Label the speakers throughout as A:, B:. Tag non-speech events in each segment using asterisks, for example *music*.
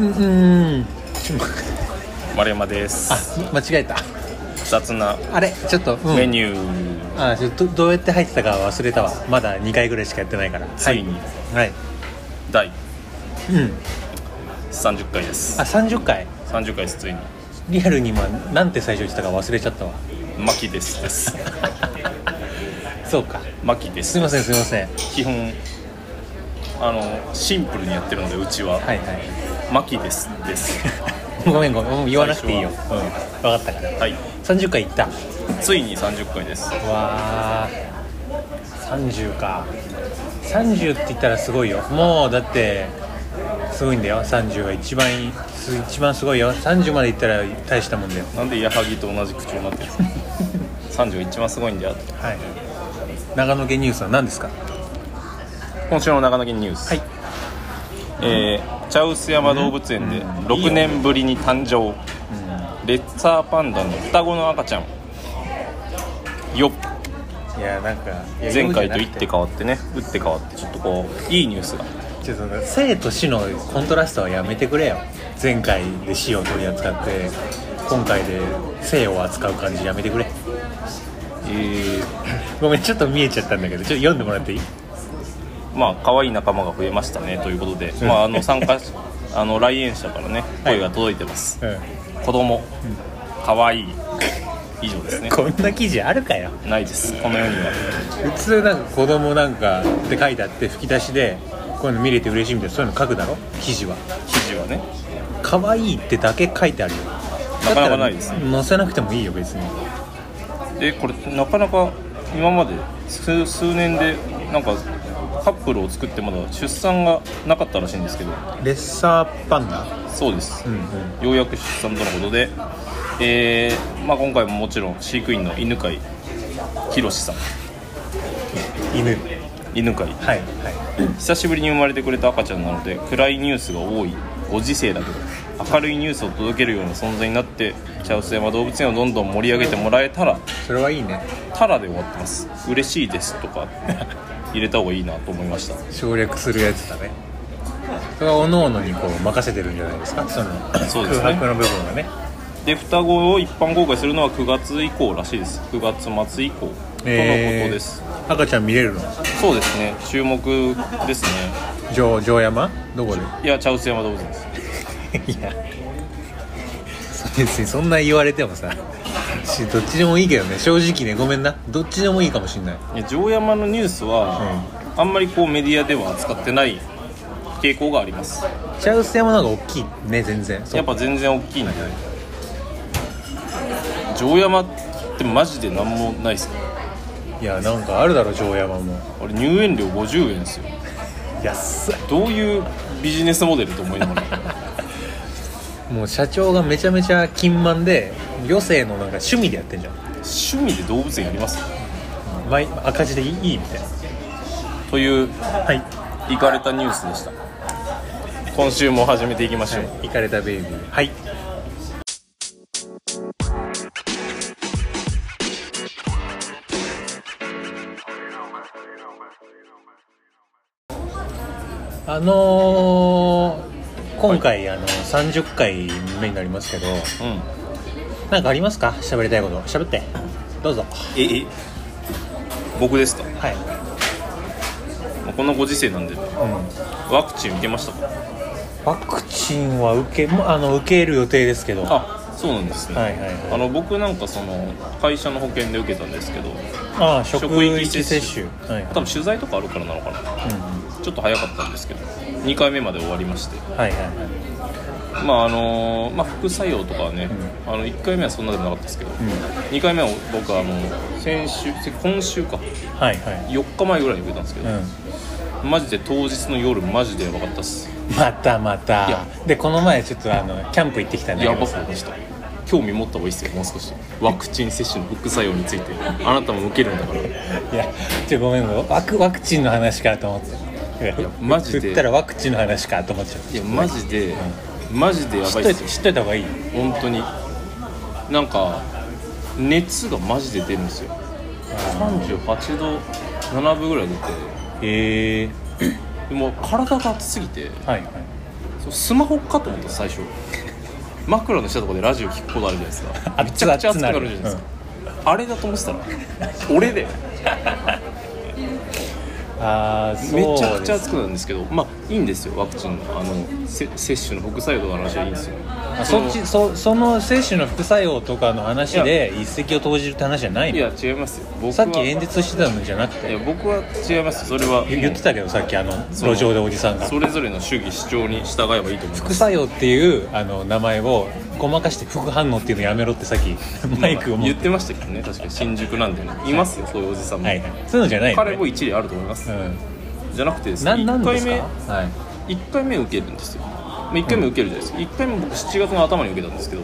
A: うんうん
B: 丸山です
A: あ間違えた
B: 雑な
A: あれちょっと、うん
B: メニュー
A: あちょっとどうやって入ってたか忘れたわまだ2回ぐらいしかやってないから
B: ついに
A: はい、
B: 第
A: うん
B: 30回です
A: あ30回
B: 30回ですついに
A: リアルに今なんて最初言ってたか忘れちゃったわ
B: 「マキです」
A: *laughs*
B: です
A: そうか
B: 「マキです」
A: すいませんすいません
B: 基本あのシンプルにやってるのでうちは
A: はいはい
B: 「マキです」です
A: ごめんごめん *laughs* もう言わなくていいよ、
B: 最初は
A: 分かったから
B: うんはい
A: 30回いった
B: ついに30回です
A: わー30か30って言ったらすごいよもうだってすごいんだよ30が一番いいす一番すごいよ30までいったら大したもんだよ
B: なんで矢作と同じ口調になってるの
A: *laughs*
B: 30が一番すごいんだよ
A: はい長野県ニュースは何ですか
B: 今週の長野県ニュース、
A: はい
B: えー茶臼山動物園で6年ぶりに誕生、レッサーパンダの双子の赤ちゃんよっ
A: いやなんかいや
B: 前回と打っ
A: ようじゃなく
B: て変わってね打って変わってちょっとこういいニュースが
A: ちょっとね生と死のコントラストはやめてくれよ前回で死を取り扱って今回で生を扱う感じやめてくれ *laughs*
B: え
A: ごめんちょっと見えちゃったんだけどちょっと読んでもらっていい
B: ーまあ可愛い仲間が増えましたねということで、まあ、あの参加しあの来園者からね声が届いてます、
A: う
B: 子供可愛い以上ですね
A: んこんな記事あるかよ
B: ないですこの世には
A: 普通なんか子供なんかって書いてあって吹き出しでこういうの見れて嬉しいみたいなそういうの書くだろ記事は
B: 記事はね
A: 可愛いってだけ書いてあるよ
B: なかなかないですね
A: だったら載せなくてもいいよ別に
B: えこれなかなか今まで数数年でなんかカップルを作ってまだ出産がなかったらしいんですけど
A: レッサーパンダ
B: そうです、
A: うんうん
B: ようやく出産とのことで、えーまあ、今回ももちろん飼育員の犬飼宏さん
A: 犬
B: 犬飼
A: はいは
B: 久しぶりに生まれてくれた赤ちゃんなので暗いニュースが多いご時世だけど明るいニュースを届けるような存在になって茶臼山動物園をどんどん盛り上げてもらえたら
A: いそれはいいね
B: たらで終わってます嬉しいですとか *laughs* 入れた方がいいなと思いました
A: 省略するやつだねそれはおのおのにこう任せてるんじゃないですかその
B: そうですね
A: 空白の部分がね
B: で双子を一般公開するのは9月以降らしいです9月末以降とのことです、
A: えー赤ちゃん見れるの
B: そうですね注目ですね
A: 城城山どこで
B: いや茶臼山動物園です
A: いや別にそんな言われてもさしどっちでもいいけどね正直ねごめんなどっちでもいいかもしんない
B: いや城山のニュースは、あんまりこうメディアでは扱ってない傾向があります
A: 茶臼山の方が大きいね全然そう
B: やっぱ全然大きいんで城山ってマジで何もないっすね
A: いやなんかあるだろ城山も
B: あれ入園料50円ですよ
A: 安い
B: どういうビジネスモデルと思いながら
A: もう社長がめちゃめちゃ金満で余生のなんか趣味でやってんじゃん
B: 趣味で動物園やります
A: 毎赤字でいいいいみたいな
B: という
A: はい
B: 行かれたニュースでした今週も始めていきましょう、
A: はい、イカれたベイビーはいあのー今回、あの30回目になりますけど
B: うん
A: なんかありますか喋りたいこと喋ってどうぞ
B: ええ僕ですか
A: はい、
B: もうこのご時世なんで
A: うん、
B: ワクチン受けましたか
A: ワクチンは受けもあの受ける予定ですけどは
B: あそうなんです
A: い
B: ね、
A: はいはい
B: あの僕なんかその会社の保険で受けたんですけど
A: ああ職
B: 職域
A: 域
B: 接種
A: 接種はい
B: 多分取材とかあるからなのかな
A: う
B: ちょっと早かったんですけど2回目まで終わりまして
A: んはいはいはい
B: まああのまあ、副作用とかはね、あの1回目はそんなでもなかったですけど、2回目は僕はあの先週今週か
A: はいはい
B: 4日前ぐらいに受けたんですけど、
A: う
B: マジで当日の夜マジでやばかったっす
A: んまたま
B: いや
A: たでこの前ちょっとあのキャンプ行ってきたんだけ
B: やば
A: ど
B: そ
A: さ
B: うでした興味持った方がいいっすよもう少しワクチン接種の副作用についてあなたも受けるんだから
A: いやちょごめんごめんワクワクチンの話かと思っていや
B: マジで
A: 振ったらワクチンの話かと思っちゃ
B: いやマジで、マジでや
A: う知
B: ば
A: っ
B: い
A: と
B: っ
A: い
B: す
A: て
B: よ
A: 知っといた方がいい
B: 本当になんか熱がマジで出るんですよ38度7分ぐらい出て
A: へえ
B: でも体が熱すぎて
A: はいはい
B: そうスマホかと思った最初枕の下とかでラジオ聞くことあるじゃないですかめ
A: *laughs*
B: ちゃくちゃ熱くなるじゃないですか、あれだと思ってたら俺で
A: ああそう
B: めちゃく
A: で
B: ちゃ
A: す
B: 熱くなるんですけどまあいいんですよワクチンのあのせ接種の副作用とかの話はいいんですよ
A: あそっちそその接種の副作用とかの話
B: い
A: で一石を投じるって話じゃない
B: い
A: の
B: や違いますよ僕は
A: さっき
B: い
A: 演説してたのじゃなくて
B: や僕は違いますそれは
A: 言言ってたけどさっきあの
B: その
A: 路上でおじさんが
B: それぞれの主義主張に従えばいいと思いま
A: 副
B: す
A: 作用っていうあの名前をごまかして副反応っていうのやめろってさ
B: *laughs*
A: っきマイクを持
B: 言
A: っ
B: っててましたけどね確かに新宿なんでねいますよそういうおじさんも、
A: はいそういうのじゃないの
B: 彼
A: ね
B: も一理あると思います、
A: う
B: じゃなくてです
A: ん
B: ね
A: なんなん
B: 1回
A: ですか
B: 目
A: はい
B: 一回目受けるんですよ1回目受けるじゃないですか1回目僕7月の頭に受けたんですけど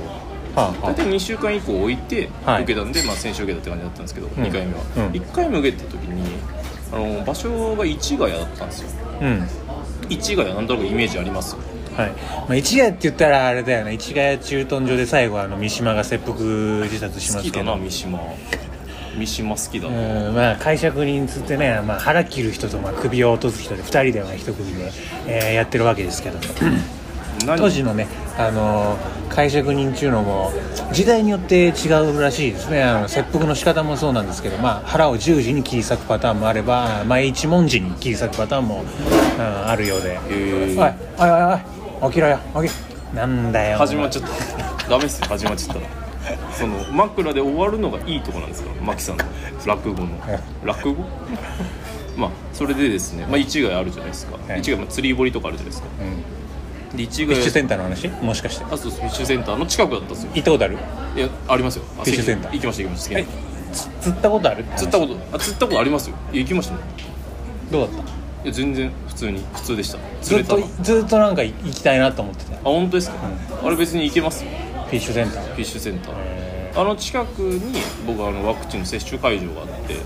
A: はあ
B: 大体2週間以降置いて
A: はい
B: 受けたんで、まあ、先週受けたって感じだったんですけど、
A: ん
B: 2回目は、
A: うん
B: 1回目受けた時にあの場所が市ヶ谷だったんですよ
A: うん
B: 市ヶ谷なんとなくイメージあります
A: はいまあ、市ヶ谷って言ったらあれだよね市ヶ谷駐屯所で最後あの三島が切腹自殺しま
B: 好
A: す
B: き
A: け
B: だ
A: ど
B: な三島三島好きだ
A: う
B: な、
A: んまあ解釈人つってね、まあ、腹切る人とまあ首を落とす人で2人では1組で、えーやってるわけですけど
B: 何
A: 当時のね、あのー解釈人っていうのも時代によって違うらしいですねあの切腹の仕方もそうなんですけど、まあ、腹を十字に切り裂くパターンもあれば毎一文字に切り裂くパターンも、うんあるようで「お
B: ー
A: いおいおいおい起きろよ起きなんだよ
B: 始まっちゃったダメっすよ始まっちゃったらその枕で終わるのがいいとこなんですよマキさんの落語の
A: え
B: 落語まあそれでですね、まあ、市ヶ谷あるじゃないですか
A: ええ
B: 市ヶ谷、まあ、釣り堀とかあるじゃないですか
A: うん
B: で市
A: フ
B: ヶ
A: ィッシュセ
B: 谷
A: ンターの話もしかして
B: あそうそうフィッシュセンターの近くだったんですよ
A: 行ったことある
B: いやありますよあ
A: フィッシュセンター
B: 行きました行きました
A: えつ釣ったことある
B: 釣ったことあ釣ったことありますよいや行きましたね
A: どうだった
B: いや全然普通に普通でした釣
A: ずっ
B: れた
A: と
B: あ
A: ずっとなんか行きたいなと思ってたフ
B: 本当ですか、あれ別に行けますよ
A: ィッシュセンター
B: フィッシュセンター
A: え
B: あの近くに僕あのワクチンの接種会場があって
A: ー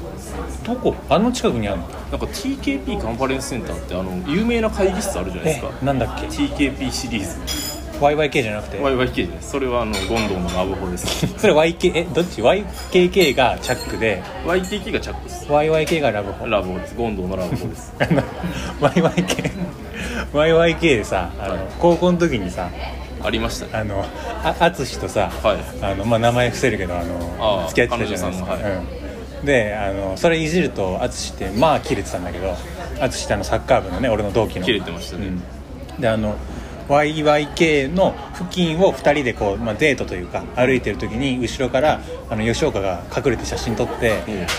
A: どこあの近くにあるの
B: なんか TKP カンファレンスセンターってあの有名な会議室あるじゃないです
A: え
B: か
A: なんだっけ
B: TKP シリーズ
A: YYK じゃなくて
B: YYK ですそれはあのゴンドウのアブホです
A: それ YK えどっち YKK がチャックで
B: YKK がチャックです
A: YYK がラブホ *laughs*
B: ラブホですゴンドウのラブホです
A: あの YYK YYK でさあの高校の時にさ
B: ありましたね
A: あのあ淳とさ、
B: はい
A: あのまあ、名前伏せるけどあの
B: あー
A: 付き合ってたじゃないですか、
B: 彼女さんの
A: うんであのそれいじると淳ってまあ切れてたんだけど淳ってあのサッカー部のね俺の同期の
B: 切れてましたね、
A: うん、であの YYK の付近を2人でこう、まあ、デートというか歩いてる時に後ろからあの吉岡が隠れて写真撮って、
B: う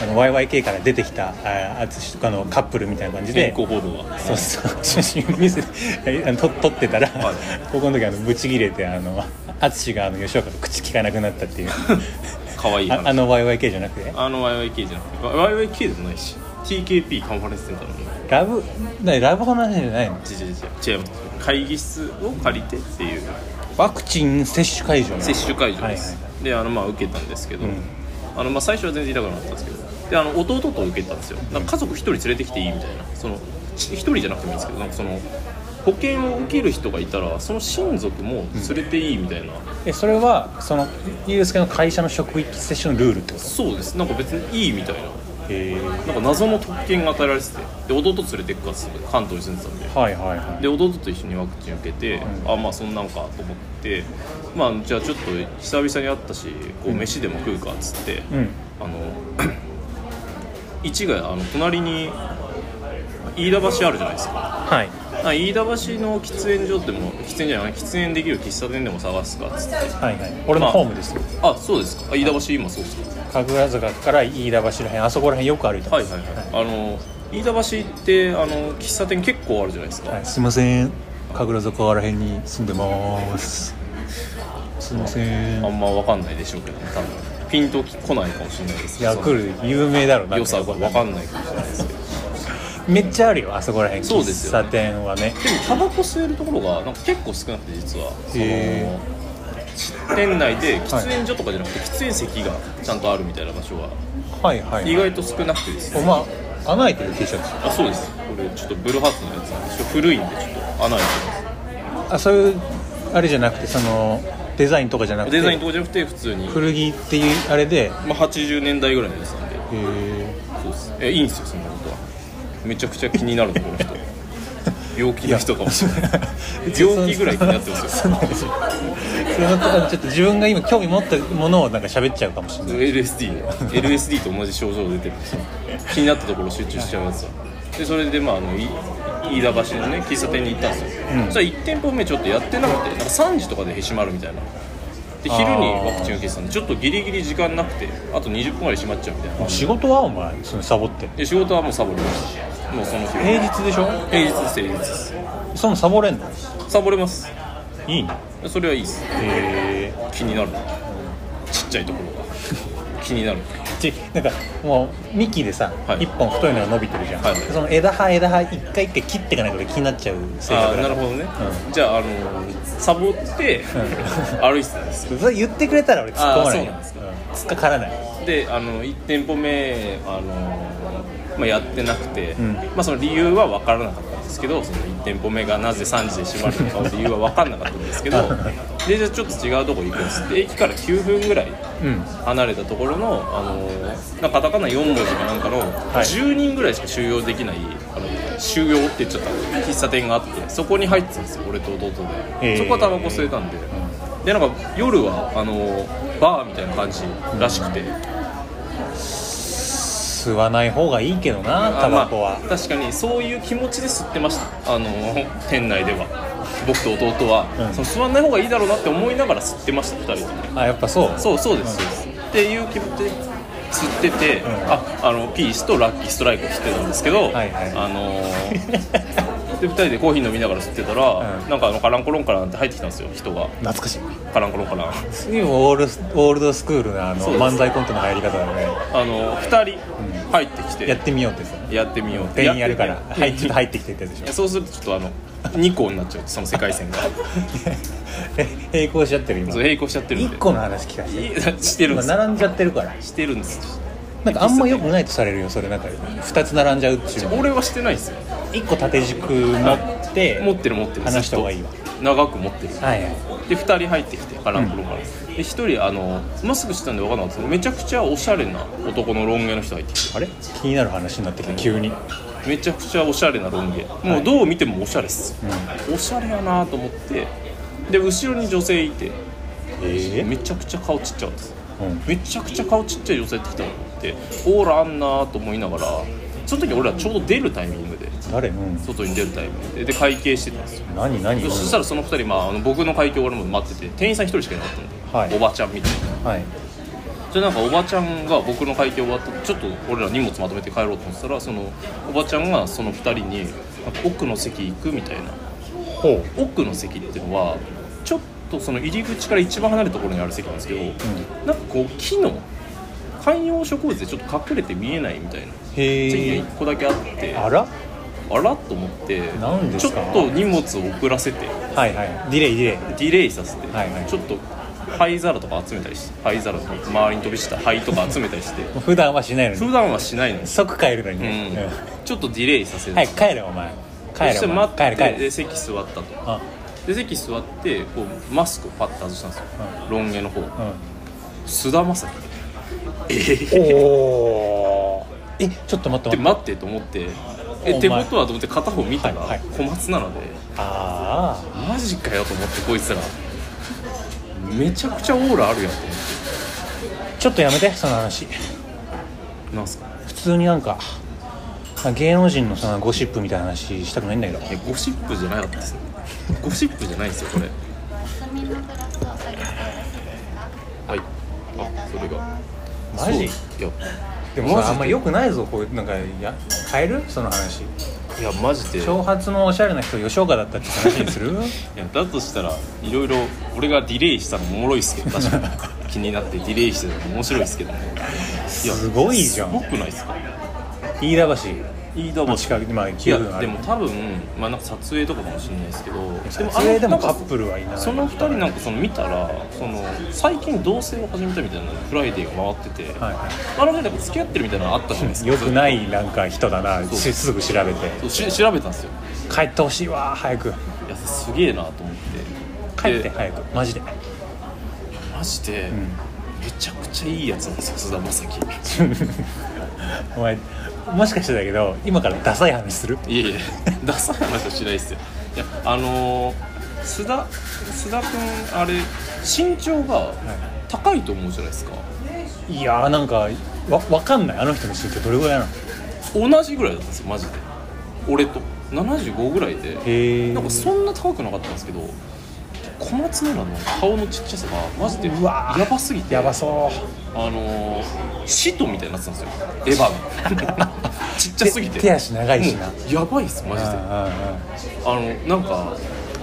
A: あの YYK から出てきたあ淳とかのカップルみたいな感じ
B: 健
A: で
B: 康報道は
A: そうそう写真を見せて *laughs* あの撮撮ってたら、
B: はい
A: 高校の時あのブチギレてあの淳があの吉岡の口利かなくなったっていう
B: か *laughs* わいい
A: あ
B: 話
A: あ
B: あの
A: の YYK じゃなくて
B: あの YYK じゃなくて YYK でもないし TKP カンファレンスセンターの
A: ラブなラブホの話じゃないの
B: 違う違う違う違う会議室を借りてっていう
A: ワクチン接種会場なの
B: 接種会場です、
A: はいはい
B: であのまあ受けたんですけど、
A: うん
B: あのまあ最初は全然痛くなかったんですけどであの弟と受けたんですよなんか家族一人連れてきていいみたいなそのち一人じゃなくてもいいんですけどなんかその保険を受ける人がいたらその親族も連れていいみたいな、
A: えそれはそのユースケの会社の職域接種のルールってこと
B: そうですなんか別にいいみたいな
A: へえ
B: なんか謎の特権が与えられててで弟連れてくかっつって関東に住んでたんで
A: はいはいは
B: で弟と一緒にワクチン受けて、
A: ん
B: あまあそんなんかと思ってまあじゃあちょっと久々に会ったしこう飯でも食うかっつって、
A: いうん
B: あの *coughs* 市ヶ谷あの隣に飯田橋あるじゃないですか
A: はい
B: あ飯田橋の喫煙所っても喫煙じゃない喫煙できる喫茶店でも探すかっつって
A: はいはい俺のホームですよ
B: あそうですかあ飯田橋今そうですか
A: 神楽坂から飯田橋ら辺あそこら辺よく歩いてます
B: はいはいはいあの飯田橋ってあの喫茶店結構あるじゃないですか、
A: はいすいません神楽坂ら辺に住んでますすいませ
B: あ
A: ん
B: んま分かんないでしょうけど多分ピンと来ないかもしれないですけど
A: ヤクルト有名だろうな
B: 良さが分かんないかもしれないですけど
A: めっちゃあるよあそこら辺
B: そうです
A: 喫
B: よね
A: 茶店はね
B: でもタバコ吸えるところがなんか結構少なくて実はそ
A: へ
B: の店内で喫煙所とかじゃなくて喫煙席がちゃんとあるみたいな場所は
A: はいはい、はい、
B: 意外と少なくてです
A: お
B: ね
A: まあ穴開いてる T シャツ
B: あそうですこれちょっとブルーハーツのやつなんですちょっと古いんでちょっと穴開いて
A: あそういうあれじゃなくてそのデザインとかじゃな
B: ます
A: くて
B: デザインとかじゃなくて普通に、
A: 古着っていうあれで
B: まあ、80年代ぐらいのやつなんで
A: へえ *laughs*
B: そうですいやいいんですよそんなことはめちゃくちゃ気になるところの人病気の人かもしれない病気ぐらい気になって
A: *laughs*
B: ますよ
A: そのとかちょっと自分が今興味持ったものをなんか喋っちゃうかもしれない
B: LSD ね LSD と同じ症状が出てるん
A: *laughs*
B: ですよ気になったところ集中しちゃうやつはでそれでまああのい飯田橋のね喫茶店に行ったんですよ、そしたら1店舗目ちょっとやってなくてなんか3時とかで閉まるみたいなで昼にワクチン受けてたんでちょっとギリギリ時間なくてあと20分ぐらい閉まっちゃうみたいな
A: 仕事はお前そのサボって
B: で仕事はもうサボりましたもうその日は
A: 平日でしょ
B: 平日です平日です
A: そのサボれんの
B: サボれます
A: いいね
B: それはいいです
A: へえ
B: 気になるちっちゃいところが気になる
A: ちなんかもう幹でさ、
B: はい
A: 一本太いのが伸びてるじゃん、
B: はい
A: その枝葉枝葉一回一回切っていかないと気になっちゃう性
B: あ
A: 格
B: ーな
A: だ
B: る
A: か
B: ほどね、
A: う
B: じゃああのサボって歩いてたんですよ
A: らそれ言ってくれたら俺突っ込まないよ
B: あーそうなん
A: うん突っかからない
B: であの1店舗目あの、まあ、やってなくて、
A: ん
B: まあ、その理由は分からなかったんですけどその1店舗目がなぜ3時で閉まるのかの理由は分かんなかったんですけどでじゃあちょっと違うとこ行くんですで駅から9分ぐらい
A: うん
B: 離れたところの、あのなんかカタカナ4文字かなんかの、
A: い
B: 10人ぐらいしか収容できないあの収容って言っちゃった喫茶店があってそこに入ってたんですよ俺と弟で、
A: へー
B: そこはタバコ吸えたんで、でなんか夜はあのバーみたいな感じらしくて、
A: 吸わない方がいいけどな
B: あ
A: タバコは、
B: まあ確かにそういう気持ちで吸ってましたあの店内では僕と弟は、
A: うん
B: その吸わない方がいいだろうなって思いながら吸ってました2人とも
A: あ、やっぱそう
B: そうそうです、そうですっていう気持ちで吸ってて、
A: ん
B: ああのピースとラッキーストライクを吸ってたんですけど、
A: はいはい
B: あ
A: *laughs*
B: のーで2人でコーヒー飲みながら吸ってたら、
A: うん
B: なんかあのカランコロンカランって入ってきたんですよ人が
A: 懐かしい
B: カランコロンカラン
A: 次もオールスオールドスクールなあの
B: そうです
A: 漫才コントの入り方だね
B: あの2人入ってきて、
A: やってみようってさ
B: やってみようって
A: 店員やるから
B: やってみ
A: は
B: よう
A: いちょっと入ってきてってやつでしょ
B: *laughs* いやそうするとちょっとあの2個になっちゃうその世界線
A: *laughs*
B: が
A: え並行しちゃってる今
B: そう並行しちゃってるんで
A: 1個の話聞かせて
B: いやしてるんで
A: 今
B: す
A: 並んじゃってるから
B: してるんです
A: なんかあんま良くないとされるよそれなんか2つ並んじゃうっていうの
B: 俺はしてないですよ
A: 1個縦軸持って
B: 持ってる持ってる
A: 話した方がいいわ
B: ずっと長く持ってる
A: はいはい
B: で2人入ってきてカランコロンから、で1人あのマスクしてたんで分かんなかったんですけどめちゃくちゃおしゃれな男のロン毛の人入ってきて
A: あれ気になる話になってきた急に
B: めちゃくちゃおしゃれなロン毛もうどう見てもおしゃれっす、おしゃれやなと思ってで後ろに女性いて
A: え
B: めちゃくちゃ顔ちっちゃかったです
A: うん
B: めちゃくちゃ顔ちっちゃい女性ってきたのってオーラあんなと思いながらその時俺らちょうど出るタイミングで
A: 誰うん
B: 外に出るタイミングでで会計してたんですよ
A: 何何
B: そしたらその2人、まあ、あの僕の会計終わるまで待ってて店員さん1人しかいなかったんで、
A: はい
B: おばちゃんみたいな
A: はい
B: じゃあなんかおばちゃんが僕の会計終わってちょっと俺ら荷物まとめて帰ろうと思ってたらそのおばちゃんがその2人になんか奥の席行くみたいな
A: ほ
B: 奥の席っていうのはちょっとその入り口から一番離れたところにある席なんですけど、なんかこう木の観葉植物でちょっと隠れて見えないみたいな
A: う
B: 席が
A: へえ
B: 1個だけあって
A: あら
B: あらと思って
A: 何で
B: ちょっ
A: すか
B: と荷物を遅らせて
A: はいはいディレイディレイ
B: ディレイさせて、
A: はいはい
B: ちょっと灰皿とか集めたりして灰皿とか周りに飛び散った灰とか集めたりして
A: もう普段はしないのに
B: 普段はしないんです
A: 即帰るのに
B: うん
A: ね
B: ちょっとディレイさせ
A: う
B: る
A: ん早く帰れお前帰
B: そ
A: れ
B: して
A: お前
B: 待って
A: 帰れ帰れ
B: で席座ったと
A: あ
B: で席座ってこうマスクをパッと外したんですよ、ロン毛の方
A: う
B: 菅田将暉
A: んおおえちょっと待って
B: で
A: 待っ
B: 待
A: て
B: ってと思ってえ
A: お前
B: ってことはと思って片方見たら
A: はいはい
B: 小松菜奈で、
A: ああ
B: マジかよと思ってこいつらめちゃくちゃオーラあるやんと思っ
A: ちょっとやめてその話
B: てなんすか
A: 普通になんか芸能人のそのゴシップみたいな話したくないんだけど
B: いやゴシップじゃなかったですよゴシップじゃないですよこれはいあそれが
A: マジ
B: そういや
A: で
B: マジで
A: あんま良くないぞこういうなんかや変えるその話
B: いやマジでい
A: 挑発のおしゃれな人吉岡だったって話に
B: *laughs*
A: する
B: やだとしたらいろいろ俺がディレイしたのもおもろいっすけど確かに *laughs* 気になってディレイしてたの面白いっすけどねいや
A: すごいじゃん
B: すごくないっすか
A: 飯田
B: 飯
A: 橋
B: 田
A: の
B: 橋
A: 近くにまあ
B: い
A: 9分
B: や
A: あ
B: で
A: る
B: も多分まあなんか撮影とかかもしれないですけど
A: 撮影でもカップ
B: ル
A: ルはいない
B: その2人なんかその見たらその最近同棲を始めたみたいなフライデーが回ってて、
A: はいは
B: あのねなんか付き合ってるみたいなのあったじゃないです
A: い
B: か
A: 良くないなんか人だな
B: そう
A: しすぐ調べて
B: そうし調べたんですよ
A: 帰ってほしいわ早く
B: いやすげえなと思って
A: 帰って
B: で
A: 早くマジで
B: マジで、
A: ん *laughs*
B: めちゃくちゃいいやつなんですよ菅田将暉
A: お前もしかしてだけど今からダサい話する
B: いやいやダサい話はしないっすよいやあのー須田須田君あれ身長が高いと思うじゃないですか
A: いやーなんかわわかんないあの人の身長どれぐらいなの
B: 同じぐらいだったんですよマジで俺と75ぐらいで
A: へえ
B: なんかそんな高くなかったんですけど小松村の顔のちっちゃさがマジで
A: うわー
B: やばすぎて
A: やばそ
B: あのー、シートみたいになってたんですよエヴァが
A: *laughs*
B: ちっちゃすぎて
A: 手手足長いしな
B: もうやばいっすマ
A: う
B: ジであ
A: うん
B: のなんか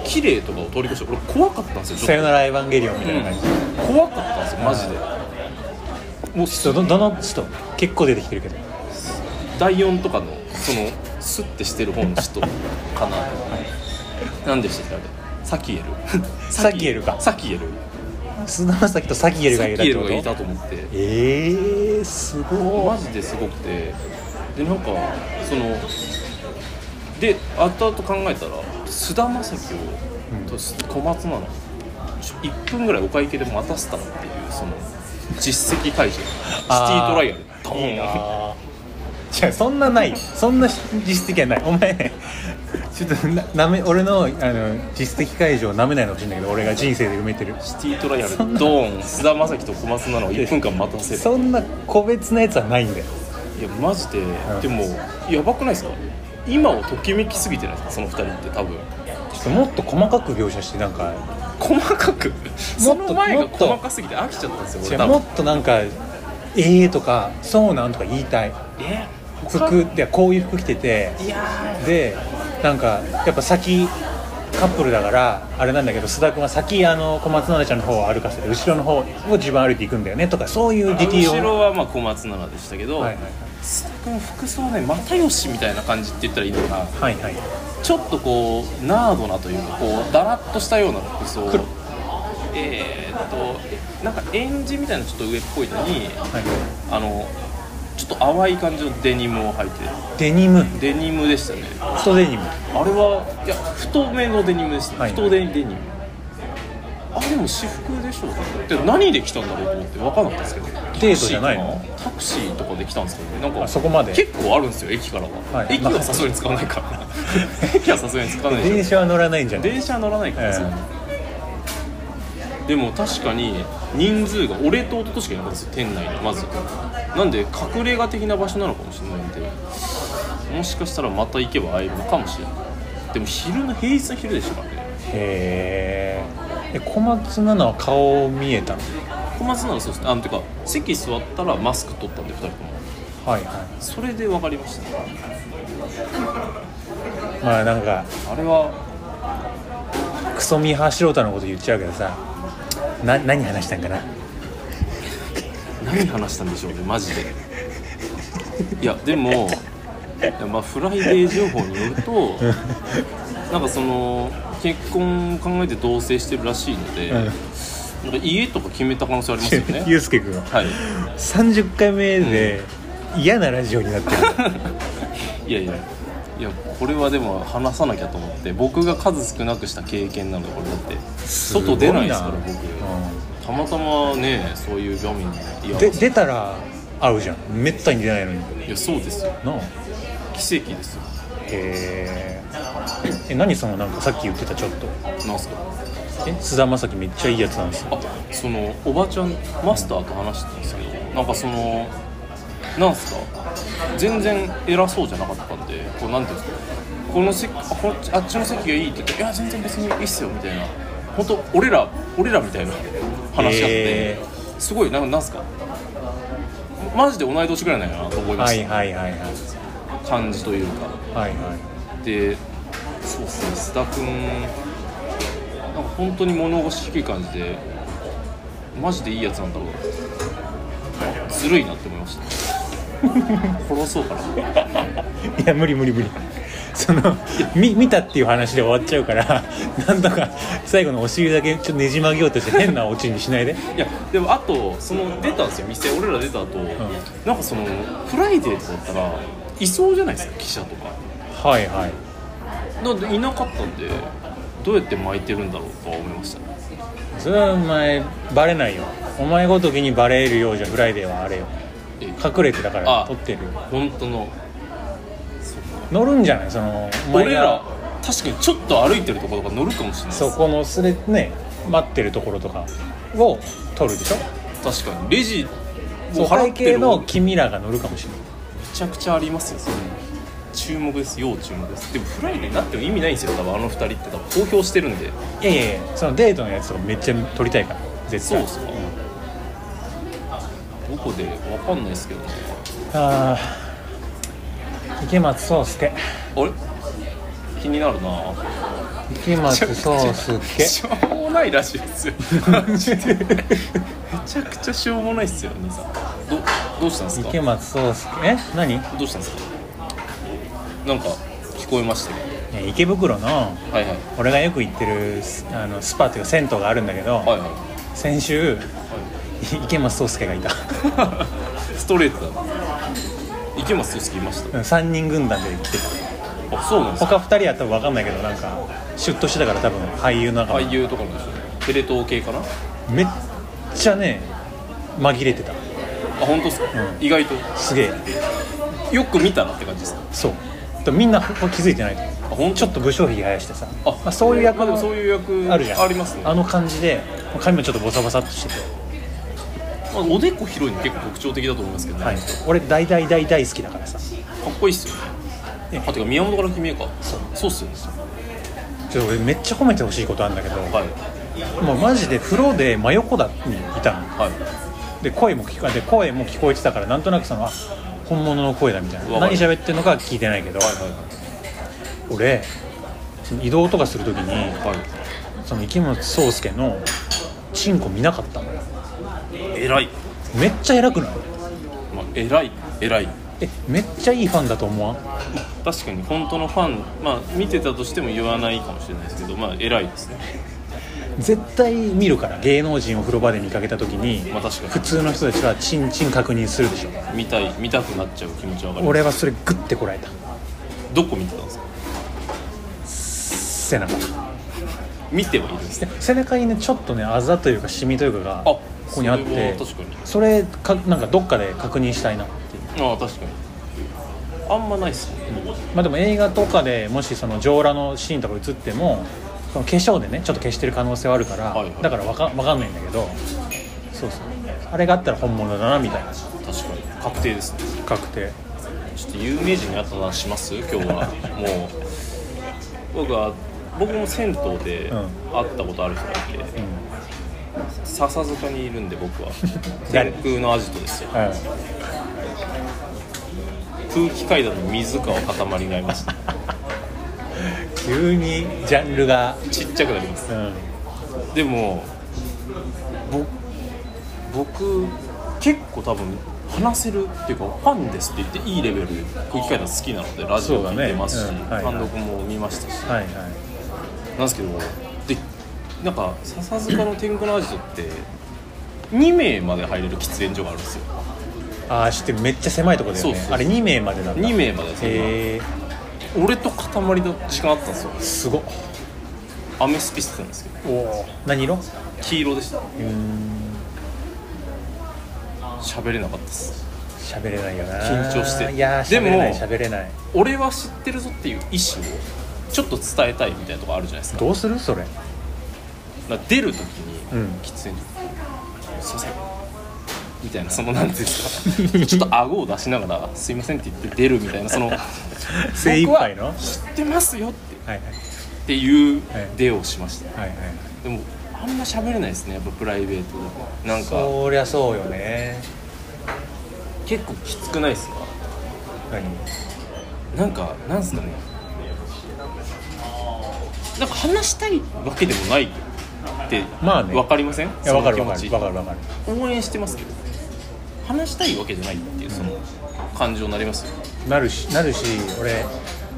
B: 綺麗とかを通り越して俺怖かったんです
A: うん
B: よ
A: さ
B: ちょ
A: よ
B: っ
A: ならエヴァンゲリオンみ
B: と、
A: たいな感じ、
B: うん怖かったんですよマジでもう
A: ちょっとどどの人結構出てきてるけど
B: 第4とかのそのスッてしてる方の人かな何でしたっけあれサキエル
A: *laughs* サキエルか
B: サキエル
A: 菅田将暉とサキエルが
B: サ
A: いたっ
B: キエ
A: て
B: ル
A: こ
B: がい
A: と
B: たと思って
A: えー、すご
B: マ
A: い
B: ジですごくてでなんかそので後々考えたら菅田将暉を、
A: うん
B: と小松菜奈1分ぐらいお会計で待たせたっていうその実績解除シテ
A: あー
B: ィトライアルドーン
A: いいなじゃそんなないそんな実績はないお前ちょっとななめ俺のあの実績解除をなめないのほしいんだけど俺が人生で埋めてる
B: シティトライアルドーン菅田将暉と小松菜奈を1分間待たせる
A: そんな個別なやつはないんだよ
B: いやマジで、
A: ん
B: でもやばくないですか今をときめきすぎてないですかその2人って多分
A: ちょっともっと細かく描写してなんか
B: 細かくその前が
A: もっと
B: 細かすぎて飽きちゃったんですよ俺
A: 違う
B: 多
A: も
B: 分
A: っとなんか「ええ」とか「そうなん」とか言いたい
B: え他
A: 服でこういう服着てて
B: いや
A: でなんかやっぱ先カップルだからあれなんだけど須田君は先あの小松菜奈ちゃんの方を歩かせて後ろの方を自分歩いていくんだよねとかそういうディティ
B: 後
A: ールを
B: ろはまあ小松菜奈でしたけど、
A: はいはい
B: 須田君服装ね又吉みたいな感じって言ったらいいのかな
A: はいはい
B: ちょっとこうナードなというかこうだらっとしたような服装
A: 黒
B: えーっとえなんかエンジみたいなちょっと上っぽいのに
A: はい
B: あのちょっと淡い感じのデニムを履いて
A: デニム
B: デニムでしたね
A: ストデニム
B: あれはいや太めのデニムですね、
A: はい
B: 太めデニムあでも私服でしょうで何で来たんだろうと思って分かんなかったんですけど
A: デートじゃないの
B: タクシーとかで来たんですけどねなんか
A: あそこまで
B: 結構あるんですよ駅からは、
A: はい
B: 駅はさすがに使わないから
A: *laughs*
B: 駅はさすがに使わないで
A: 電
B: し
A: 車は乗らないんじゃ
B: ょ
A: ない
B: 電車は乗らないから
A: ええ
B: そんなでも確かに人数が俺と弟しかいなかったですよ店内にまずなんで隠れ家的な場所なのかもしれないんでもしかしたらまた行けば会えるのかもしれないでも昼の平日の昼でしたからね
A: へえ小松菜奈は顔見えたの
B: 小松菜奈そうですねあのてか席座ったらマスク取ったんで2人とも
A: はいはい
B: それで分かりました
A: まあなんか
B: あれは
A: クソミーハー素人のこと言っちゃうけどさな何話したんかな
B: 何話したんでしょうねマジでいやでもいやまあフライデー情報によるとなんかその結婚を考えて同棲してるらしいので、
A: うん
B: なんか家とか決めた可能性ありますよね *laughs*
A: ゆうすけ君
B: はい
A: 30回目で嫌なラジオになってる
B: いやいやいやこれはでも話さなきゃと思って僕が数少なくした経験なのでこれだって外出ないですから僕、たまたまねそういう場面にいや
A: で出たら会うじゃんめったに出ないのにない
B: やそうですよ
A: あ
B: 奇跡ですよ
A: へーえ何そのなんかさっき言ってたちょっと
B: なんすか
A: え菅田将暉めっちゃいいやつなんですよ
B: あそのおばちゃんマスターと話してたんですけどなんかそのなんすか全然偉そうじゃなかったんでこうなんていうんですかこの席あこっちあっちの席がいいって言って「いや全然別にいいっすよ」みたいな本当俺ら俺らみたいな *laughs* 話し合って、
A: へ
B: すごいなんなんすかマジで同い年ぐらいなんやなと思いま
A: は
B: し
A: い
B: た、
A: はいはいはい
B: 感じというか
A: はいはい
B: でそうですね須田君なんか本当に物腰低い感じでマジでいいやつなんだろうあずるいなって思いました *laughs* 殺そうかない
A: や無理無理無理その見見たっていう話で終わっちゃうからなんとか最後のお尻だけちょっとねじ曲げようとして変なオチにしないで
B: いやでもあとその出たんですよ店俺ら出た後、なんかそのフライデーとかだったらいそうじゃないですか記者とか
A: はいはい
B: なんでいなかったんでどうやって巻いてるんだろうとは思いましたね
A: それはお前バレないよお前ごときにバレるようじゃフライデーはあれよ
B: え
A: 隠れてだか
B: あ
A: ら撮ってるよ
B: 本当の
A: 乗るんじゃないそのお前
B: 俺ら
A: が
B: 確かにちょっと歩いてるところとか乗るかもしれないです
A: そこのすれね待ってるところとかを取るでしょ
B: 確かにレジ
A: そ
B: を
A: う
B: 払
A: 会
B: って
A: 計
B: るの
A: の
B: め
A: 君らが乗るかもしれない
B: ちゃくちゃありますよそれ注目です要注目ですでもフライデーになっても意味ないんですよ多分あの二人って多分公表してるんで
A: いやいやいやそのデートのやつとかめっちゃ撮りたいから絶
B: そう
A: 対
B: っすか、どこでわかんないですけどね
A: ああ池松壮亮
B: あれ気になるな
A: 池松壮
B: しょうもないらしいですよめ
A: 亮
B: ちゃくちゃしょうもないっすよ兄さんどどうしたんですか
A: 池松壮亮え何い
B: どうしたんですかなんか聞こえましたね
A: や池袋の
B: はいはい
A: 俺がよく行ってるスあのスパというか銭湯があるんだけど、
B: はい
A: 先週い池松壮亮がいた *laughs*
B: はいストレートだ池松壮亮いました
A: 3人軍団で来て
B: あそうなんです
A: た
B: か
A: 他2人は多分分かんないけどなんかシュッとしてたから多分俳優の仲間
B: 俳優とかのですねテレ東系かなあ
A: めっちゃね紛れてた
B: 本当ですか、意外と
A: すげえ
B: よく見たなって感じですか
A: そうでもみんなほ気づいてないと思う
B: あ本
A: ちょっと武将髭生やしてさまあ、そういう役
B: まあでもそういう役
A: あるじゃん
B: ありますね
A: あの感じで髪もちょっとボサボサっとしてて、
B: まあ、おでこ広いの結構特徴的だと思いますけどね、
A: はい
B: かっ、
A: 俺大大大大好きだからさ
B: こいいっすよね
A: え
B: あてか宮本から君へか
A: そう
B: そうっすよね
A: ちょっと俺めっちゃ褒めてほしいことあるんだけど、
B: はい
A: もうマジで風呂で真横だにいたの
B: はい
A: で声も聞こえで声も聞こえてたからなんとなくそのあ本物の声だみたいな
B: わか
A: 何
B: る
A: 喋ってるのかは聞いてないけど、
B: はいはい
A: 俺その移動とかするときに
B: はい
A: その池松壮亮のチンコ見なかったのよ
B: 偉い、
A: めっちゃ偉くない
B: まあ、偉い偉い
A: えめっちゃいいファンだと思わん
B: 確かに本当のファンまあ見てたとしても言わないかもしれないですけどまあ偉いですね
A: 絶対見るから芸能人を風呂場で見かけた時に、
B: まあ確かに
A: 普通の人たちはチンチン確認するでしょ
B: 見たい見たくなっちゃう気持ちわかります
A: 俺はそれグッてこらえた
B: どこ見てたんですか
A: 背中
B: 見てはいるんですね
A: 背中にねちょっとねあざというかシミというかが
B: あ
A: ここにあって
B: それは確かに
A: それかなんかどっかで確認したいなっていう
B: ああ確かにあんまないっすね
A: まあでも映画とかでもしその上裸のシーンとか映ってもその化粧でねちょっと消してる可能性はあるから、
B: はいはい
A: だからわかわかんないんだけどそうそうあれがあったら本物だなみたいな
B: 確かに確定ですね
A: 確定
B: ちょっと有名人に会った話します今日
A: *laughs*
B: はもう僕は僕も銭湯で
A: うん
B: 会ったことある人がいて、笹塚にいるんで
A: *laughs*
B: 僕は
A: 誰
B: 天空のアジトですよ
A: はい
B: 空気階段の水川かたまりになりました
A: 急にジャンルが、
B: ちっちゃくなります
A: うん、
B: でもぼ僕結構多分話せるっていうかファンですって言っていいレベルで空気階段好きなのでラジオ
A: そうだね
B: 聞いてますし、
A: うんはいはい
B: 単独も見ましたし
A: はいはい
B: なんですけどでなんか笹塚の天狗のアジトって2名まで入れる喫煙所があるんですよ
A: ああ知ってるめっちゃ狭いとこだよね
B: そうそうそう
A: あれ2名までなんだ
B: 2名までそんな
A: へえ
B: 俺と塊の時間あったんですよ
A: すごっ
B: アメスピしてたんですけど
A: おお何色
B: 黄色でした
A: うん
B: 喋れなかったです
A: 喋れないよな
B: 緊張して
A: いやー
B: で
A: 喋
B: も
A: れない喋れない
B: 俺は知ってるぞっていう意思をちょっと伝えたいみたいなとこあるじゃないですか
A: どうするそれ
B: だから出る時
A: う
B: に
A: ん
B: 喫煙所すいませんみたいなそのなんていうんですか *laughs* ちょっと顎を出しながら「すいません」って言って出るみたいなその
A: 精一杯のはい
B: 知ってますよって
A: はい
B: っていう
A: はい
B: 出をしました、
A: はいはい
B: でもあんま喋れないですねやっぱプライベートでなんか
A: そりゃそうよね
B: 結構きつくないですか
A: 何
B: なんかなんすかねなんか話したいわけでもないって
A: まあね
B: 分かりませんい
A: いや分かる分かる分
B: か
A: かる分かる
B: る応援してますけど話したいわけじゃないっていうその感情になりますよ、
A: なるしなるし俺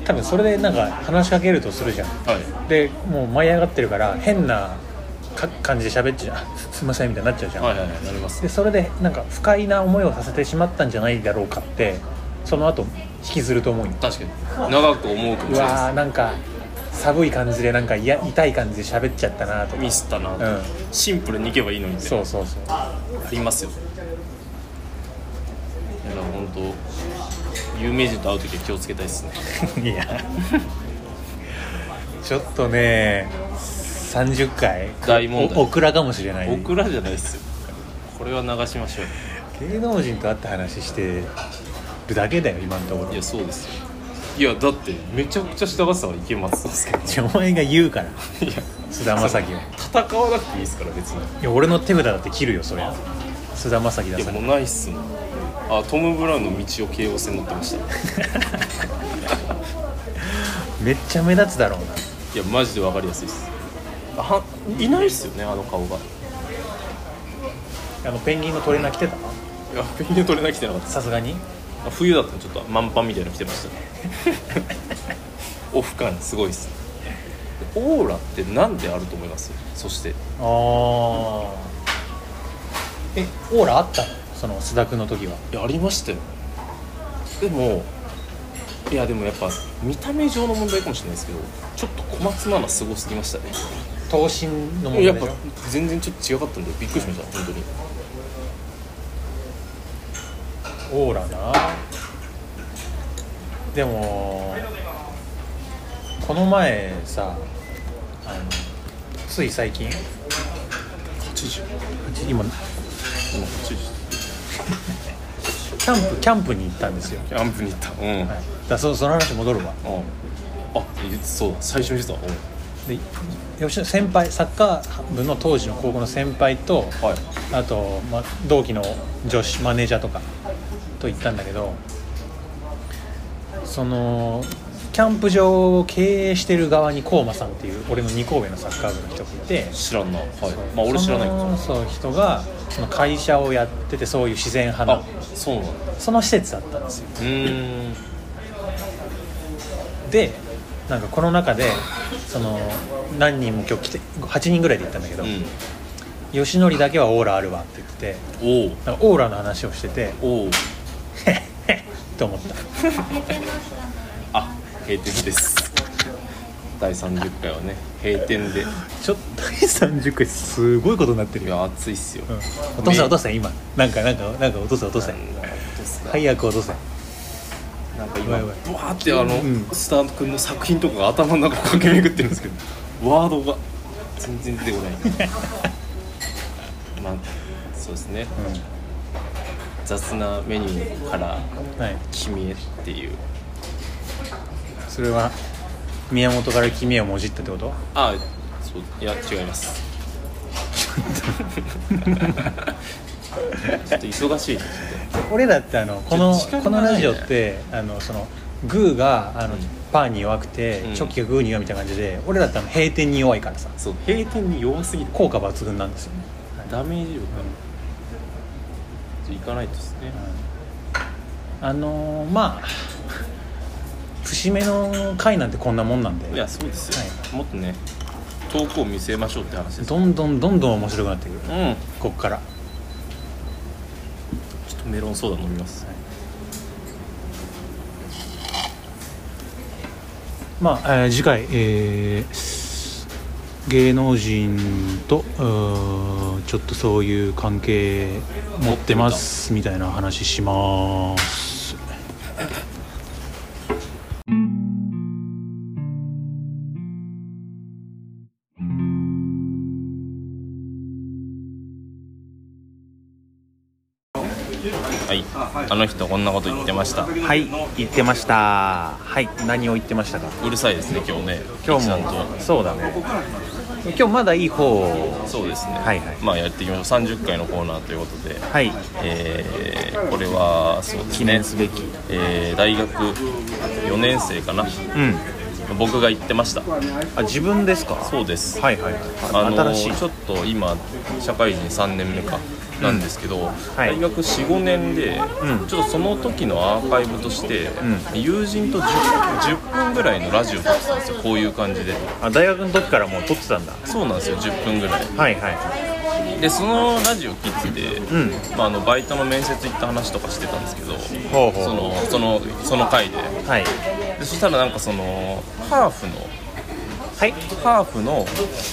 A: 多分それでなんか話しかけるとするじゃん
B: はい
A: でもう舞い上がってるから変なか感じで喋っちゃう *laughs* すいませんみたいになっちゃうじゃん、
B: はいはいはいなります
A: でそれでなんか不快な思いをさせてしまったんじゃないだろうかってその後引きずると思うよ
B: 確かに長く思うかも
A: う
B: しれない
A: わーなんか寒い感じでなんかいや痛い感じで喋っちゃったなと
B: です
A: か
B: ミスったな、
A: うん
B: シンプルにいけばいいのにって
A: そうそうそう
B: ありますよいやだから本当有名人と会う時は気をつ *laughs* けたいですね
A: いやちょっとね30回
B: 大問題
A: おオクラかもしれない
B: オクラじゃないですよこれは流しましょ
A: 芸能人と会った話してるだけだよ今のところ
B: ういやそうですよいやだってめちゃくちゃ下がさはいけますですけど
A: じゃあお前が言うから
B: いや
A: 菅田将暉を
B: 戦わなくていいですから別に
A: いや俺の手札だって切るよそりゃ菅田将暉だ
B: いや
A: さ
B: もうないっすもんあトム・ブラウンの道を京王線乗ってました
A: めっちゃ目立つだろうない
B: やマジで分かりやすいっすはいないっすよねあの顔がい
A: あのペンギンのトレーナー着てた
B: やペンギン取れなきてなかったっ
A: さすがに
B: すあ冬だったらちょっと満パンみたいなの着てましたね *laughs* オフ感すごいっすオーラってなんであると思いますそして
A: ああえオーラあったのその須田君の時はい
B: やありましたよでもいやでもやっぱ見た目上の問題かもしれないですけどちょっと小松菜奈すごすぎましたね
A: 頭身の問題
B: やっ
A: でし
B: ぱ
A: ょ
B: 全然ちょっと違かったんでびっくりしました本当に
A: オーラなでもこの前さあのつい最近
B: 80今
A: 今
B: 80
A: キャンプキャンプに行ったんですよ、
B: キャンプに行ったうん、
A: はい、だそうその話戻るわ
B: うんあいそうだ最初に言って
A: で吉野先輩サッカー部の当時の高校の先輩と
B: たうんはい
A: あと、ま、同期の女子マネージャーとかと行ったんだけどそのキャンプ場を経営してる側にコウマさんっていう俺の2神戸のサッカー部の人がいて
B: 知らんなはいまあ俺知らないけど
A: そのそう人がその会社をやっててそういう自然派
B: あ
A: の
B: そうなんだ
A: その施設だったんですよ
B: うーん
A: でなんかこの中でその何人も今日来て8人ぐらいで行ったんだけど、
B: うん
A: 吉典だけはオーラあるわって言
B: おう
A: っててなんかオーラの話をしてて
B: おう
A: と思った
B: あ閉店です第30回はね閉店で
A: ちょっと第30回すごいことになってる
B: い
A: よ、
B: や暑いっすよ、
A: うん
B: な、
A: お父さんお父さん今なんかなんかなんかお父さんお父さん
B: んだ本当っすか
A: 早くお父さん
B: なんか
A: わ
B: 今
A: い
B: ブ
A: わ
B: ワー
A: い
B: ってあの、
A: うん
B: スター君の作品とかが頭の中を駆け巡ってるんですけどワードが全然出てこない
A: *laughs*
B: まあそうですね雑なメニューから
A: はい
B: 君へっていう
A: それは宮本から君へをもじったってこと
B: あそういや違いますちょっと忙しい
A: 俺だってあのこの
B: ちょっと時間
A: この
B: がない
A: ラ
B: ね
A: ジオってあのそのグーがあの、
B: うん
A: パーに弱くて、
B: うん
A: チョキがグーに弱いみたいな感じで俺だってあの閉店に弱いからさ
B: そう閉店に弱すぎる
A: 効果抜群なんですよね、
B: ダメージ力がちょっと行かないとですね
A: あのーまあ節目の回なんてこんなもんなんで
B: いやそうですよ、もっとね遠くを見据えましょうって話です
A: どんどんどんどん面白くなってくる
B: うん
A: こっから
B: ちょっとメロンソーダ飲みます、
A: まあ、えー次回、えー芸能人とうーちょっとそういう関係持ってますみたいな話します
B: はいあの人こんなこと言ってました
A: はい言ってましたはい何を言ってましたか
B: うるさいですね今日ね
A: 今日
B: ちゃん
A: も
B: と
A: そうだね今日まだいい方を
B: そうですね
A: はいはい
B: まあやっていきましょう30回のコーナーということで
A: はい
B: えーこれはそうです
A: 記
B: ね
A: 念すべき
B: えー大学4年生かな
A: うん
B: 僕が言ってました
A: あ自分ですか
B: そうです
A: はいはいはい
B: あの
A: 新しい
B: ちょっと今社会人3年目かなんですけど、
A: はい
B: 大学45年で、
A: うん
B: ちょっとその時のアーカイブとして、
A: う
B: 友人と 10, 10分ぐらいのラジオ撮ってたんですよこういう感じで
A: あ大学の時からもう撮ってたんだ
B: そうなんですよ10分ぐらい
A: はいはい
B: でそのラジオ切って、
A: ん
B: まあ、あのバイトの面接行った話とかしてたんですけど
A: ほうほう
B: そのそのその回で
A: はい
B: でそしたらなんかそのハーフの
A: はい
B: ハーフの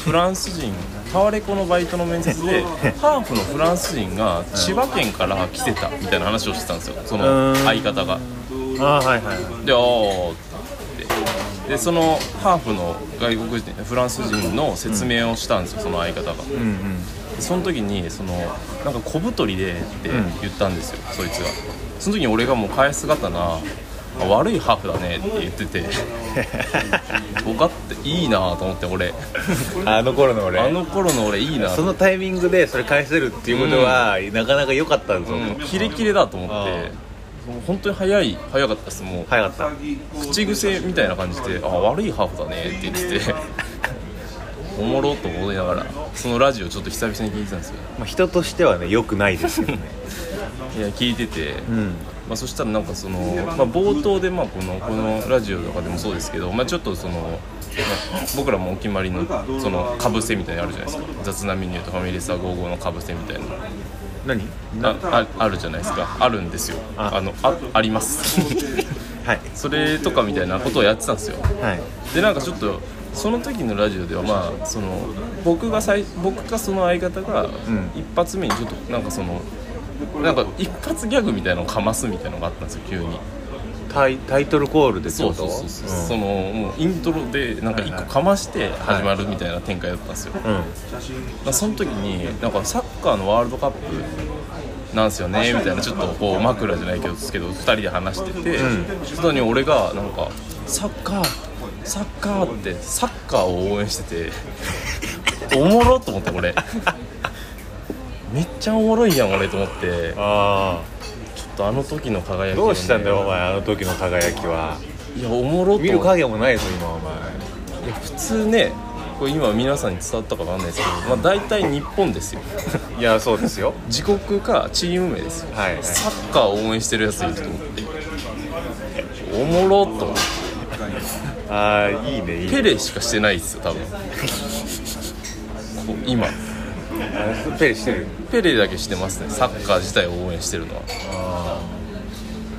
B: フランス人タワレコのバイトの面接
A: *laughs*
B: でハーフのフランス人が千葉県から来てたみたいな話をしてたんですよその
A: うん
B: 相方が
A: ああはいはい
B: であーってでそのハーフの外国人フランス人の説明をしたんですよ、その相方が
A: うんうん
B: その時にそのなんか小太りでって言ったんですよ、そいつがその時に俺がもう返す刀なあ悪いハーフだねって言って
A: *laughs*
B: て僕かっていいなと思って俺
A: あの頃の俺
B: あの頃の俺いいな
A: そのタイミングでそれ返せるっていうことは、なかなか良かったんですよ、
B: うんキレキレだと思っ
A: あ
B: てもう本当に早い早かったですもう
A: 早かっ
B: 口癖みたいな感じで「あ悪いハーフだね」って言って
A: *laughs*
B: ておもろと思いながらそのラジオちょっと久々に聞いてたんですよ
A: た、まあ、人としてはね良くないですよね
B: *laughs* いや聞いてて、
A: うん
B: まあ、そしたらなんかその、まあ、冒頭でまあこのこのラジオとかでもそうですけど、まあ、ちょっとその、まあ僕らもお決まりのそのかぶせみたいなのあるじゃないですか雑なメニューとファミレスは55のかぶせみたいな
A: 何
B: あああるじゃないですかあるんですよ
A: あ
B: あのああります
A: *laughs* はい
B: それとかみたいなことをやってたんですよ
A: はい
B: でなんかちょっとその時のラジオではまあその僕が最僕かその相方が
A: ん
B: 一発目にちょっとなんかそのなんか一発ギャグみたいなのをかますみたいなのがあったんですよ急に
A: タイタイトルコールでって
B: そ
A: こ
B: う
A: と
B: そうそうそう、
A: ん
B: そのもうイントロでなんか一個かまして始まるみたいな展開だったんですよ、
A: うん
B: まあその時になんかサッカーのワールドカップなんすよねみたいなちょっとこう枕じゃないけどですけど2人で話してて、そのに俺がなんかサッカーサッカーってサッカーを応援して
A: *laughs*
B: ておもろと思って俺めっちゃおもろいやん俺と思ってちょ
A: あ
B: っとあの時の輝き
A: あ
B: をね
A: どうしたんだよお前あの時の輝きはい
B: やおもろと思って
A: 見る影もないぞ今お前
B: いや普通ねこれ今皆さんに伝わったかわかんないですけど、まあ、大体日本ですよ *laughs*
A: いやそうですよ *laughs*
B: 自国かチーム名ですよ、
A: はいはい
B: サッカーを応援してるやついると思っておもろっと思って
A: ああいいねいい
B: ペ
A: ね
B: レしかしてないですよ多
A: *laughs*
B: 分こう今
A: あペレしてる
B: ペレだけしてますねサッカー自体を応援してるのは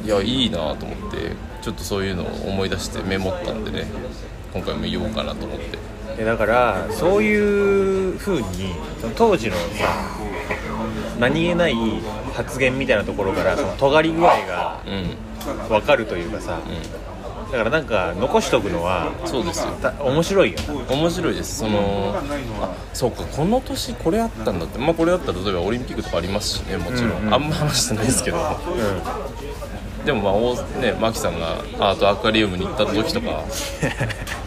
B: いやいいなと思ってちょっとそういうのを思い出してメモったんでね今回も言おうかなと思って
A: えだからそういうふうにその当時のさ何気ない発言みたいなところからその尖り具合が
B: うん
A: 分かるというかさ、だからなんか残しとくのは
B: そうですよ
A: た面白いよ
B: 面白いですそのあそうかこの年これあったんだってまあこれだったら例えばオリンピックとかありますしねもちろん、
A: うんうん
B: あんま話してないですけど
A: な、う
B: でもまあおねマキさんがアートアクアリウムに行った時と
A: *laughs*
B: か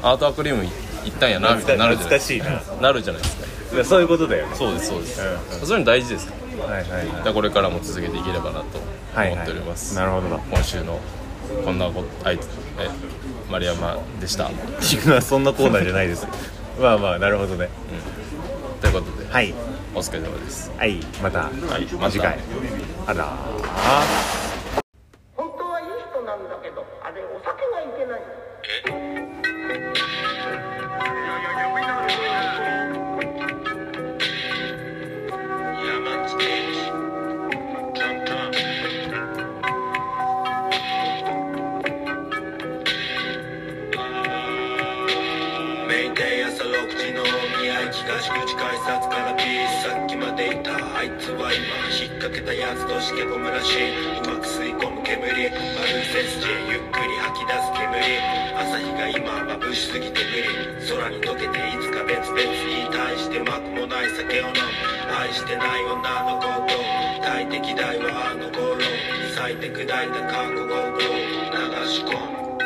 B: アートアクアリウム行ったんやなみたいになるじゃない
A: 懐か
B: です
A: しいな
B: かなるじゃないですか
A: いやそういうことだよね
B: そうですそうです、
A: うんうん
B: そういうの大事ですからだ
A: はいはい
B: からこれからも続けていければなと
A: はい
B: 思っております、
A: なるほど
B: 今週のこんなこあいつえ丸山でした
A: っていうのは *laughs* そんなコーナーじゃないです *laughs* まあまあなるほどね
B: ということで、
A: はい
B: お疲れ様です
A: はいまた
B: はいまた
A: 次回あらー
C: 本当はいい人なんだけどあれお酒がいけない
D: メイデイ朝6時の宮市東口改札からピースさっきまでいたあいつは今引っ掛けたやつとしけ込むらしいうまく吸い込む煙丸い背筋ゆっくり吐き出す煙朝日が今眩しすぎて無理空に溶けていつか別々に対してまくもない酒を飲む愛してない女の子と大敵代はあの頃咲いて砕いた過去ごと流し込む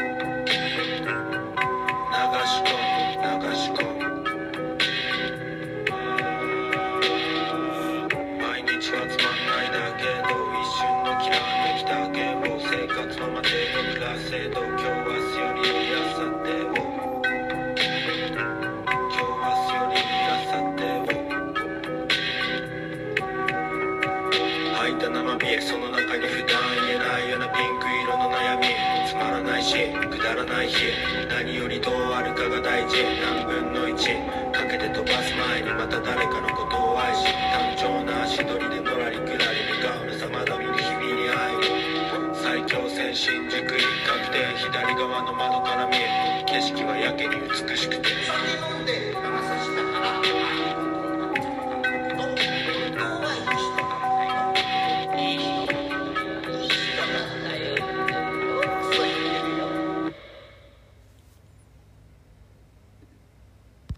D: 流し込む流し込む毎日はつまんないだけど一瞬のきらめきだけもう生活のまま程度暮らせど今日明日より明後日を今日明日より明後日を吐いた生ビールその中に普段言えないようなピンク色の悩みつまらないしくだらない日何よりどうあるかが大事何分の1かけて飛ばす前にまた誰かのことを愛し単調な足取りでのらりくらり向かうのさまだ見に日々に会える最強線新宿一角で左側の窓